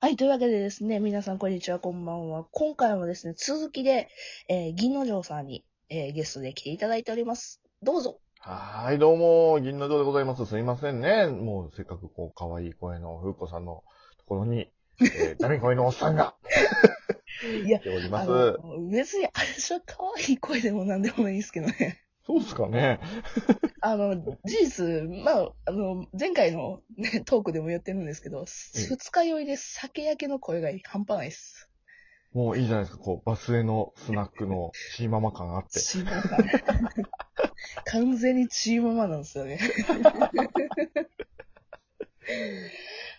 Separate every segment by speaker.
Speaker 1: はい、というわけでですね、皆さんこんにちは、こんばんは。今回もですね、続きで、えー、銀の城さんに、えー、ゲストで来ていただいております。どうぞ。
Speaker 2: はーい、どうも、銀の城でございます。すいませんね。もう、せっかくこう、可愛い声の風子さんのところに、えー、 ダミ声のおっさんが
Speaker 1: いや
Speaker 2: 来、ておりま
Speaker 1: あ
Speaker 2: す。
Speaker 1: の、別に、あれしは可愛い声でもなんでもないんですけどね。
Speaker 2: そうですかね。
Speaker 1: あの、事実、まあ、あの、前回の、ね、トークでも言ってるんですけど、二日酔いで酒焼けの声が半端ないです。
Speaker 2: もういいじゃないですか、こう、バスへのスナックのシーママ感あって。
Speaker 1: チーママ。完全にチーママなんですよね。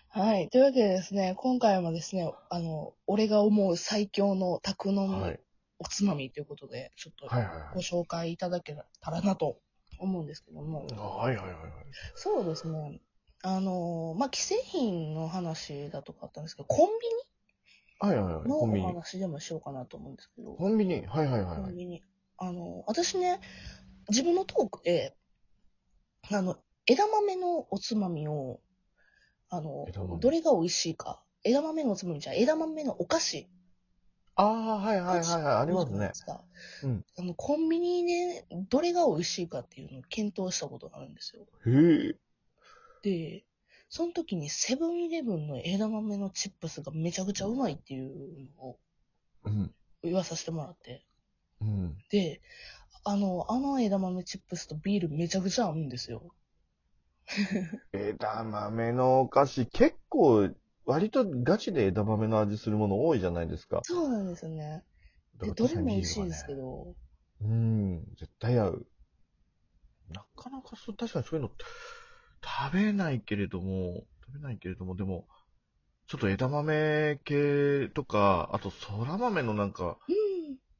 Speaker 1: はい。というわけでですね、今回もですね、あの、俺が思う最強の宅飲
Speaker 2: はい。は
Speaker 1: み
Speaker 2: い
Speaker 1: おつまみということで、ちょっと
Speaker 2: はい
Speaker 1: ご紹介いただけたらなと思うんですけども、
Speaker 2: はい。はいはいはいはい。
Speaker 1: そうですね、あの、まあ、既製品の話だとかあったんですけど、コン
Speaker 2: はいはいはい。
Speaker 1: ビニの
Speaker 2: コンビ
Speaker 1: お
Speaker 2: ニ。
Speaker 1: 話でもしようかなと思うんですけど、
Speaker 2: コンビニ。はいはいはい
Speaker 1: コ
Speaker 2: はい
Speaker 1: ン。ビニ。あの、私ね、自分のトークで、あの、枝豆のおつまみを、あの
Speaker 2: 枝、豆
Speaker 1: どれが美味しいか。枝豆のおつまみじゃない、枝豆のお菓子。
Speaker 2: ああ、はいはいはいはい。あります
Speaker 1: じゃない
Speaker 2: ね
Speaker 1: で。すか
Speaker 2: うん
Speaker 1: あの、コンビニで、どれが美味しいかっていうのを検討したことがあるんですよ。
Speaker 2: へえ。
Speaker 1: で、その時にセブンイレブンの枝豆のチップスがめちゃくちゃうまいっていうのを
Speaker 2: うん。
Speaker 1: 言わさせてもらって。
Speaker 2: うん。
Speaker 1: で、あの、あの枝豆チップスとビールめちゃくちゃ合うんですよ。
Speaker 2: 枝豆のお菓子、結構、割とガチで枝豆の味するもの多いじゃないですか。
Speaker 1: そうなんですよね。で、
Speaker 2: だ
Speaker 1: ど
Speaker 2: から
Speaker 1: れも美味しいですけ
Speaker 2: ね。
Speaker 1: ど、
Speaker 2: うん、絶対合う。なかなかそう、確かにそういうの、食べないけれども、食べないけれども、でも、ちょっと枝豆系とか、あと空豆のなんか、
Speaker 1: うん、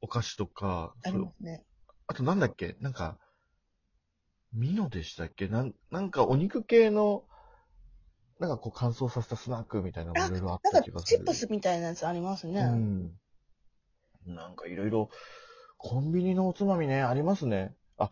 Speaker 2: お菓子とか、
Speaker 1: あり
Speaker 2: そう
Speaker 1: ますね。
Speaker 2: あとなんだっけなんか、ミノでしたっけなんなんかお肉系の、なんかこう乾燥させたスナックみたいなのもいろいろあっ
Speaker 1: な
Speaker 2: た
Speaker 1: ん
Speaker 2: 気が
Speaker 1: か、
Speaker 2: す
Speaker 1: チ
Speaker 2: る。
Speaker 1: ップスみたいなやつありますね。
Speaker 2: うん。なんかいろいろ、コンビニのおつまみね、ありますね。あ、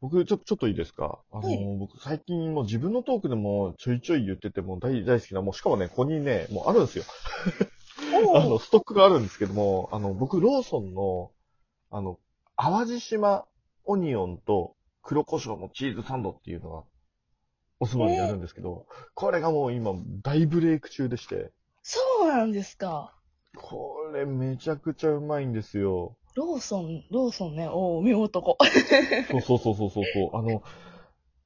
Speaker 2: 僕、ちょ、ちょっといいですかあの、
Speaker 1: はい
Speaker 2: 僕最近もう自分のトークでもちょいちょい言っててもう大大好きな、もうしかもね、ここにね、もうあるんですよ。 あ
Speaker 1: お
Speaker 2: の、
Speaker 1: う
Speaker 2: ストックがあるんですけども、あの、僕、ローソンの、あの、淡路島オニオンと黒胡椒のチーズサンドっていうのが、おつまみにあるんですけど、これがもう今、大ブレイク中でして、
Speaker 1: そうなんですか。
Speaker 2: これめちゃくちゃうまいんですよ。
Speaker 1: ローソン、ローソンね、おう、見 男。
Speaker 2: そうそうそうそうそうそう。あの、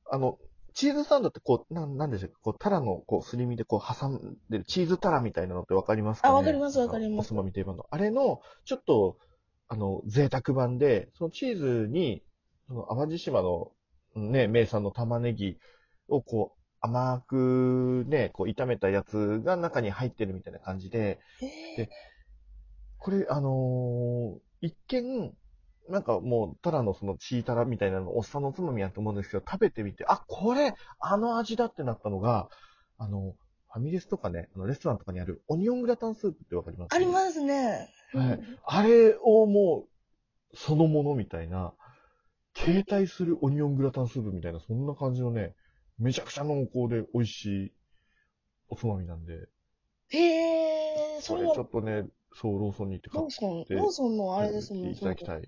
Speaker 2: あの、チーズサンドってこう、なん、なんでしょうこう、タラの、こう、すり身でこう、挟んでる、チーズタラみたいなのってわかりますか、ね、
Speaker 1: あわかりますわかります
Speaker 2: おつまみ定番の。あれの、ちょっと、あの、贅沢版で、そのチーズに、その、淡路島の、ね、名産の玉ねぎをこう、甘くね、こう、炒めたやつが中に入ってるみたいな感じで、
Speaker 1: へえ
Speaker 2: これ、あのー一見、なんかもう、ただのその、チータラみたいなの、おっさんのおつまみやと思うんですけど、食べてみて、あ、これ、あの味だってなったのが、あの、ファミレスとかね、あのレストランとかにある、オニオングラタンスープってわかります
Speaker 1: ありますね。
Speaker 2: はい。あれをもう、そのものみたいな、携帯するオニオングラタンスープみたいな、そんな感じのね、めちゃくちゃ濃厚で美味しいおつまみなんで、
Speaker 1: へえ、そ
Speaker 2: こ
Speaker 1: れ
Speaker 2: れ
Speaker 1: は
Speaker 2: ちょっとね、そう、ローソンに行って買
Speaker 1: ロ
Speaker 2: っ
Speaker 1: ーソン、
Speaker 2: で
Speaker 1: ローソンのあれです
Speaker 2: て
Speaker 1: ね
Speaker 2: い。ただきたい。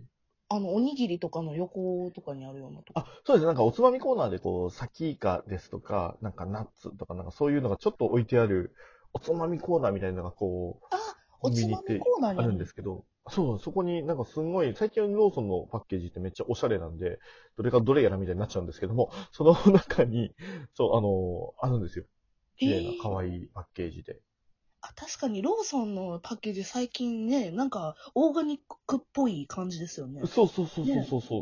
Speaker 1: あの、おにぎりとかの横とかにあるようなとこ。
Speaker 2: あ、そうです。なんかおつまみコーナーでこう、サキイカですとか、なんかナッツとか、なんかそういうのがちょっと置いてある、おつまみコーナーみたいなのがこう、
Speaker 1: あ、おつまみコーナーに
Speaker 2: あるんですけど、そう、そこになんかすごい、最近のローソンのパッケージってめっちゃおしゃれなんで、どれがどれやらみたいになっちゃうんですけども、その中に、そう、あの、あるんですよ。綺麗な可
Speaker 1: い。
Speaker 2: 愛いパッケージで。
Speaker 1: あ、確かにローソンのパッケージ最近ね、なんか、オーガニックっぽい感じですよね。
Speaker 2: そうそうそうそうそうそ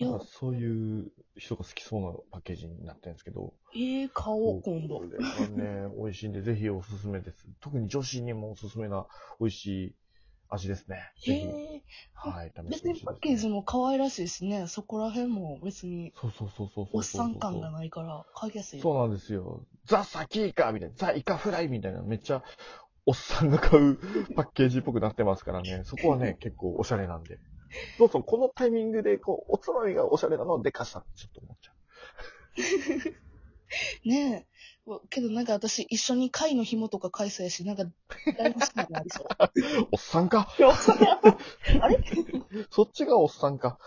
Speaker 2: う。
Speaker 1: いや
Speaker 2: なんかそういう人が好きそうなパッケージになってるんですけど。
Speaker 1: ええ買おう、今度
Speaker 2: こ。れはね、美味しいんで、ぜひおすすめです。特に女子にもおすすめな美味しい味ですね。
Speaker 1: へ
Speaker 2: ぜひ。
Speaker 1: え。
Speaker 2: はい、試し
Speaker 1: 別
Speaker 2: てほし
Speaker 1: に
Speaker 2: い
Speaker 1: パッケー
Speaker 2: です
Speaker 1: ジ
Speaker 2: ね。
Speaker 1: も可愛らしいですね。そこら辺も別に、
Speaker 2: そうそうそうそうそうそう。
Speaker 1: おっさん感がないから、買いやすい。
Speaker 2: そうなんですよ。ザ・サキイカみたいな、ザ・イカフライみたいな、めっちゃ、おっさんが買うパッケージっぽくなってますから ね。そこはね、結構おしゃれなんで。どうぞ、このタイミングで、こう、おつまみがおしゃれなのをでかしたってちょっと思っちゃう。
Speaker 1: ねえ。うけどなんか私、一緒に貝の紐とか返そうやし、なんか、大好きになりそう。
Speaker 2: おっさんか。
Speaker 1: あれ
Speaker 2: そっちがおっさんか。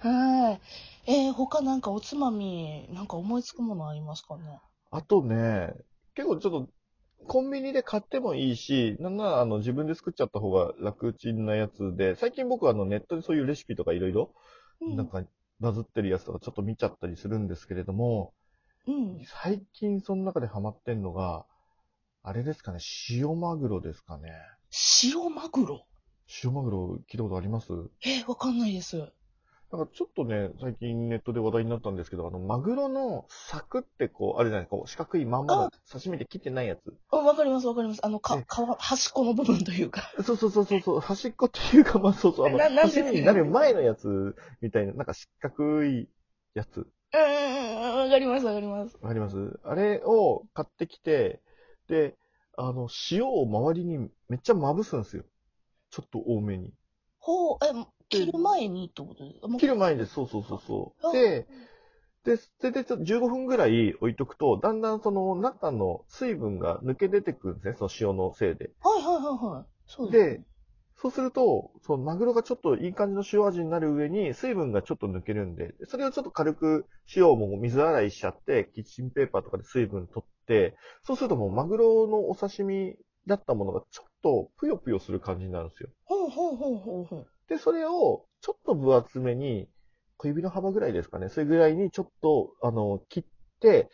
Speaker 1: はい。えー、他なんかおつまみ、なんか思いつくものありますかね
Speaker 2: あとね、結構ちょっと、コンビニで買ってもいいし、なんならあの自分で作っちゃった方が楽ちんなやつで、最近僕はあのネットでそういうレシピとかいろいろ、
Speaker 1: うん。
Speaker 2: なんかバズってるやつとかちょっと見ちゃったりするんですけれども、
Speaker 1: うん。
Speaker 2: 最近その中でハマってんのが、あれですかね、塩マグロですかね。
Speaker 1: 塩マグロ
Speaker 2: 塩マグロ聞いたことあります
Speaker 1: えー、わかんないです。
Speaker 2: なんかちょっとね、最近ネットで話題になったんですけど、あの、マグロのサクってこう、あるじゃないですか、こう四角いまんまの刺身で切ってないやつ。
Speaker 1: あわかりますわかります。あの、か、
Speaker 2: え
Speaker 1: かわ、端っこの部分というか。
Speaker 2: そうそうそうそうそう、端っこっていうか、まあそうそう、あの、
Speaker 1: ななんて
Speaker 2: 刺身になる前のやつみたいな、なんか四角いやつ、
Speaker 1: うんうんうんうん、わかりますわかります。
Speaker 2: わかりますあれを買ってきて、で、あの、塩を周りにめっちゃまぶすんですよ。ちょっと多めに。
Speaker 1: ほう、え、切る前にってことですかもう
Speaker 2: 切る前にです、そうそうそうそう。
Speaker 1: あ
Speaker 2: で、で、それでちょっと15分ぐらい置いとくと、だんだんその中の水分が抜け出てくるんですね、その塩のせいで。
Speaker 1: はいはいはいはい。そうですね
Speaker 2: で、そうすると、そのマグロがちょっといい感じの塩味になる上に、水分がちょっと抜けるんで、それをちょっと軽く塩も水洗いしちゃって、キッチンペーパーとかで水分取って、そうするともうマグロのお刺身だったものがちょっとぷよぷよする感じになるんですよ。
Speaker 1: ほうほうほうほうほう。
Speaker 2: で、それをちょっと分厚めに、小指の幅ぐらいですかね。それぐらいにちょっと、あの、切って、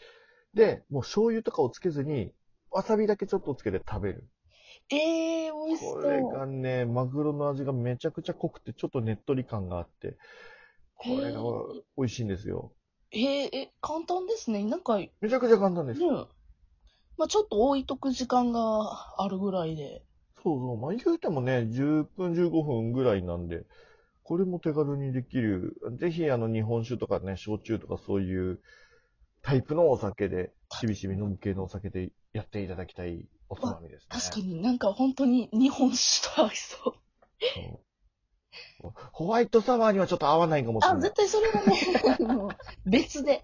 Speaker 2: で、もう醤油とかをつけずに、わさびだけちょっとつけて食べる。
Speaker 1: ええー、美味しそ
Speaker 2: こ
Speaker 1: う。
Speaker 2: れがね、マグロの味がめちゃくちゃ濃くて、ちょっとねっとり感があって、これが美味しいんですよ。
Speaker 1: えー、え、簡単ですね。なんか、ね、
Speaker 2: めちゃくちゃ簡単です。
Speaker 1: まあちょっと置いとく時間があるぐらいで。
Speaker 2: そうそう。まあ、言うてもね、10分、15分ぐらいなんで、これも手軽にできる。ぜひ、あの、日本酒とかね、焼酎とかそういうタイプのお酒で、しびしび飲む系のお酒でやっていただきたいおつまみですね。
Speaker 1: 確かになんか本当に日本酒と合いそう。
Speaker 2: そうホワイトサワーにはちょっと合わないかもしれ
Speaker 1: あ、
Speaker 2: ない
Speaker 1: 絶。対それはね、あ の別で。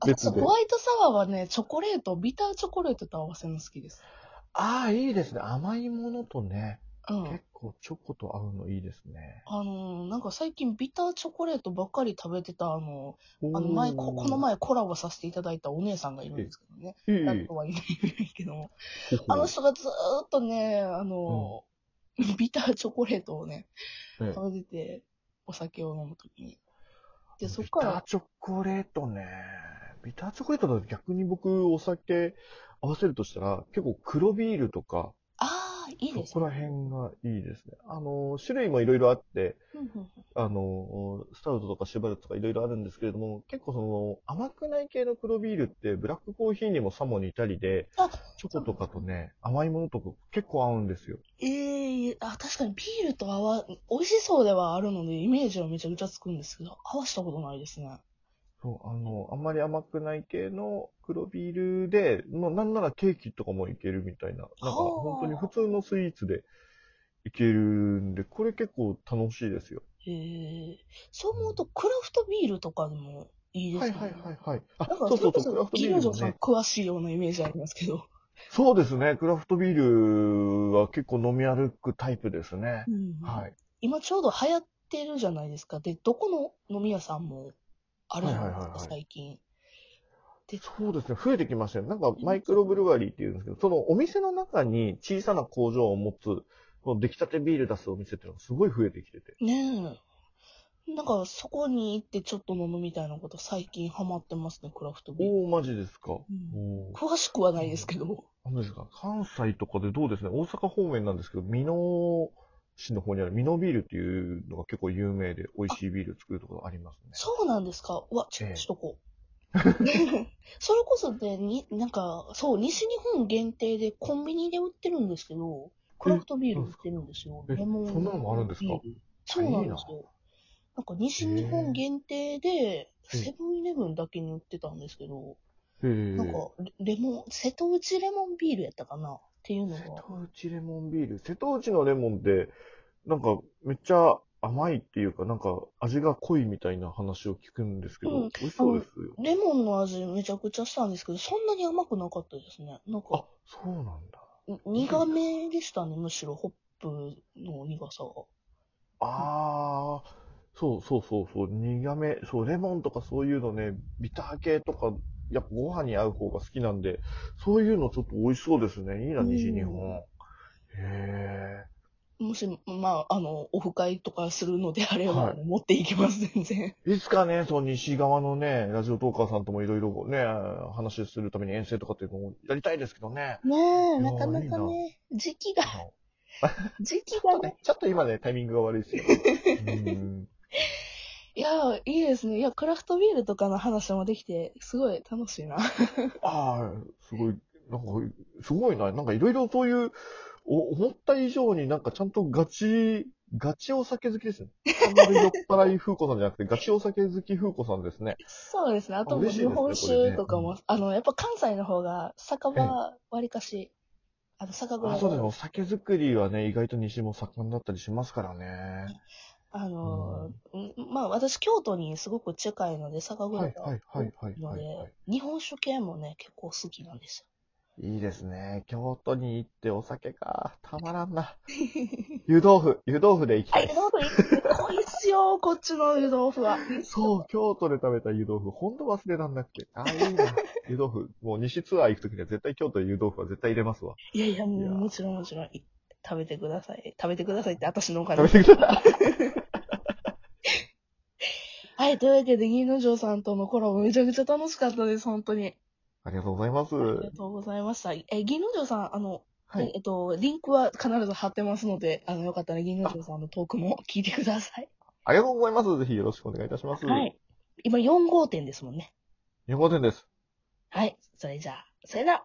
Speaker 1: あ
Speaker 2: 別で
Speaker 1: そうホワイトサワーはね、チョコレート、ビターチョコレートと合わせるの好きです。
Speaker 2: ああ、いいですね。甘いものとね、
Speaker 1: うん
Speaker 2: 結。構チョコと合うのいいですね。
Speaker 1: あのー、なんか最近ビターチョコレートばっかり食べてた、あのー、あの前こ、この前コラボさせていただいたお姉さんがいるんですけどね。
Speaker 2: ええ、
Speaker 1: なんとは言えないけども。
Speaker 2: ほほ
Speaker 1: あの人がずーっとね、あのー、ビターチョコレートをね、
Speaker 2: ええ
Speaker 1: 食べてて、お酒を飲むときに。で、そっ
Speaker 2: ビ
Speaker 1: か
Speaker 2: ター
Speaker 1: ら、
Speaker 2: チョコレートね。ビターチョコレートだと逆に僕、お酒合わせるとしたら、結構黒ビールとか、
Speaker 1: ああ、いい
Speaker 2: そ
Speaker 1: です
Speaker 2: こら辺がいいですね。あの、種類もいろいろあって、
Speaker 1: うんうん
Speaker 2: あの、スタウトとかシュバルツとかいろいろあるんですけれども、結構その、甘くない系の黒ビールって、ブラックコーヒーにもさも似たりで、
Speaker 1: あ
Speaker 2: チョコとかとね、甘いものとか結構合うんですよ。
Speaker 1: ええあ、確かにビールと合わ、美味しそうではあるので、イメージはめちゃくちゃつくんですけど、合わしたことないですね。
Speaker 2: そう、あの、あんまり甘くない系の黒ビールで、もうなんならケーキとかもいけるみたいな、なんか
Speaker 1: あー
Speaker 2: 本当に普通のスイーツでいけるんで、これ結構楽しいですよ。
Speaker 1: ええそう思うと、クラフトビールとかでもいいです
Speaker 2: はい
Speaker 1: ね。
Speaker 2: はいはいはい。あ、
Speaker 1: なんか、
Speaker 2: そ
Speaker 1: そう
Speaker 2: そうそ
Speaker 1: れ
Speaker 2: う、クラ
Speaker 1: こそ、
Speaker 2: フトビ
Speaker 1: キ
Speaker 2: ー
Speaker 1: ロ
Speaker 2: ル
Speaker 1: ジョ
Speaker 2: も
Speaker 1: さん
Speaker 2: ね。
Speaker 1: 詳しいようなイメージありますけど。
Speaker 2: そうですね、クラフトビールは結構飲み歩くタイプですね。
Speaker 1: うん
Speaker 2: はい。
Speaker 1: 今ちょうど流行ってるじゃないですか。で、どこの飲み屋さんもあるじゃないですか、
Speaker 2: はいはいはいはい
Speaker 1: 最近。
Speaker 2: そうですね、増えてきましたよ。なんかマイクロブルワリーっていうんですけど、そのお店の中に小さな工場を持つ、この出来たてビール出すお店っていうのがすごい増えてきてて。
Speaker 1: ねえ。なんか、そこに行ってちょっと飲むみたいなこと、最近ハマってますね、クラフトビール。
Speaker 2: おー、マジですか。
Speaker 1: うん
Speaker 2: おー
Speaker 1: 詳しくはないですけど。
Speaker 2: あのですか、関西とかでどうですね、大阪方面なんですけど、美濃市の方にある美濃ビールっていうのが結構有名で、美味しいビール作るところありますね。
Speaker 1: そうなんですか。うわ、チェッ
Speaker 2: ええ
Speaker 1: クしとこう。 それこそで、に、なんか、そう、西日本限定でコンビニで売ってるんですけど、クラフトビール売ってるんですよ。
Speaker 2: え
Speaker 1: レモン。
Speaker 2: そんなのもあるんですか
Speaker 1: ビールそうなんですよ。なんか西日本限定で、
Speaker 2: え
Speaker 1: セブンイレブンだけに売ってたんですけど、
Speaker 2: へー
Speaker 1: なんかレ、レモン、瀬戸内レモンビールやったかなっていうの
Speaker 2: 瀬
Speaker 1: が。
Speaker 2: 戸内レモンビール。瀬戸内のレモンって、なんかめっちゃ甘いっていうか、なんか味が濃いみたいな話を聞くんですけど、
Speaker 1: うん
Speaker 2: 美味しそうですよ。
Speaker 1: レモンの味めちゃくちゃしたんですけど、そんなに甘くなかったですね。なん
Speaker 2: あ
Speaker 1: か、、
Speaker 2: そうなんだ。
Speaker 1: に苦めでしたね、むしろ、ホップの苦さが。
Speaker 2: ああ、そうそうそうそう、苦め、そう、レモンとかそういうのね、ビター系とか、やっぱご飯に合う方が好きなんで、そういうのちょっと美味しそうですね。いいな、
Speaker 1: うん
Speaker 2: 西日本。へえ。
Speaker 1: もし、まあ、あの、オフ会とかするのであれば、
Speaker 2: はい
Speaker 1: 持っていきます、全然。
Speaker 2: いつかね、その西側のね、ラジオトーカーさんともいろいろね、話するために遠征とかっていうのもやりたいですけどね。
Speaker 1: ねえ、
Speaker 2: いや
Speaker 1: な
Speaker 2: ー
Speaker 1: かなかね、時期が、
Speaker 2: あの
Speaker 1: 時期
Speaker 2: ちょ
Speaker 1: が
Speaker 2: っ
Speaker 1: ね。
Speaker 2: とねちょっと今ね、タイミングが悪い ですよ。うん
Speaker 1: いやー、いいですね。いや、クラフトビールとかの話もできて、すごい楽しいな。
Speaker 2: ああ、すごい、なんか、すごいな。なんかいろいろそういう、お思った以上になんかちゃんとガチ、ガチお酒好きですね。あんまり酔っ払い風子さんじゃなくて、ガチお酒好き風子さんですね。
Speaker 1: そうですね。あと、
Speaker 2: 嬉しいで
Speaker 1: 日
Speaker 2: すね
Speaker 1: 本
Speaker 2: これ
Speaker 1: 酒
Speaker 2: ね
Speaker 1: とかも、あの、やっぱ関西の方が、酒場、わりかし、あの、酒蔵
Speaker 2: あ、そうですね。
Speaker 1: が、
Speaker 2: お酒作りはね、意外と西も盛んだったりしますからね。
Speaker 1: あのー、うんまあ、私、京都にすごく近いので、酒
Speaker 2: は
Speaker 1: 蔵
Speaker 2: い、
Speaker 1: が
Speaker 2: はい、はい、はい、
Speaker 1: の
Speaker 2: は
Speaker 1: で
Speaker 2: いはい。、
Speaker 1: 日本酒系もね、結構好きなんです
Speaker 2: いいですね。京都に行ってお酒か。たまらん な。湯豆腐、湯豆腐で行き
Speaker 1: よ。あ、
Speaker 2: たい
Speaker 1: 湯
Speaker 2: で
Speaker 1: 豆
Speaker 2: す。
Speaker 1: 腐、濃いっすよ、こっちの湯豆腐は。
Speaker 2: そう、京都で食べた湯豆腐、ほんと忘れらんなくて。あ、いい な。湯豆腐。もう西ツアー行くときには絶対京都で湯豆腐は絶対入れます わ。
Speaker 1: いやいや、も
Speaker 2: いや
Speaker 1: うもちろんもちろん、い食べてください。食べてくださいって、私のお金
Speaker 2: 食。べてください。
Speaker 1: はい、というわけで、銀之丞さんとのコラボめちゃくちゃ楽しかったです、本当に。
Speaker 2: ありがとうございます。
Speaker 1: ありがとうございました。え、銀之丞さん、あの、
Speaker 2: は
Speaker 1: え
Speaker 2: い。
Speaker 1: えっと、リンクは必ず貼ってますので、あの、よかったら銀之丞さんのトークも聞いてください。
Speaker 2: ありがとうございます。ぜひよろしくお願いいたします。
Speaker 1: は。い。今4号店ですもんね。
Speaker 2: 4号店です。
Speaker 1: はい。それじゃあ、それでは。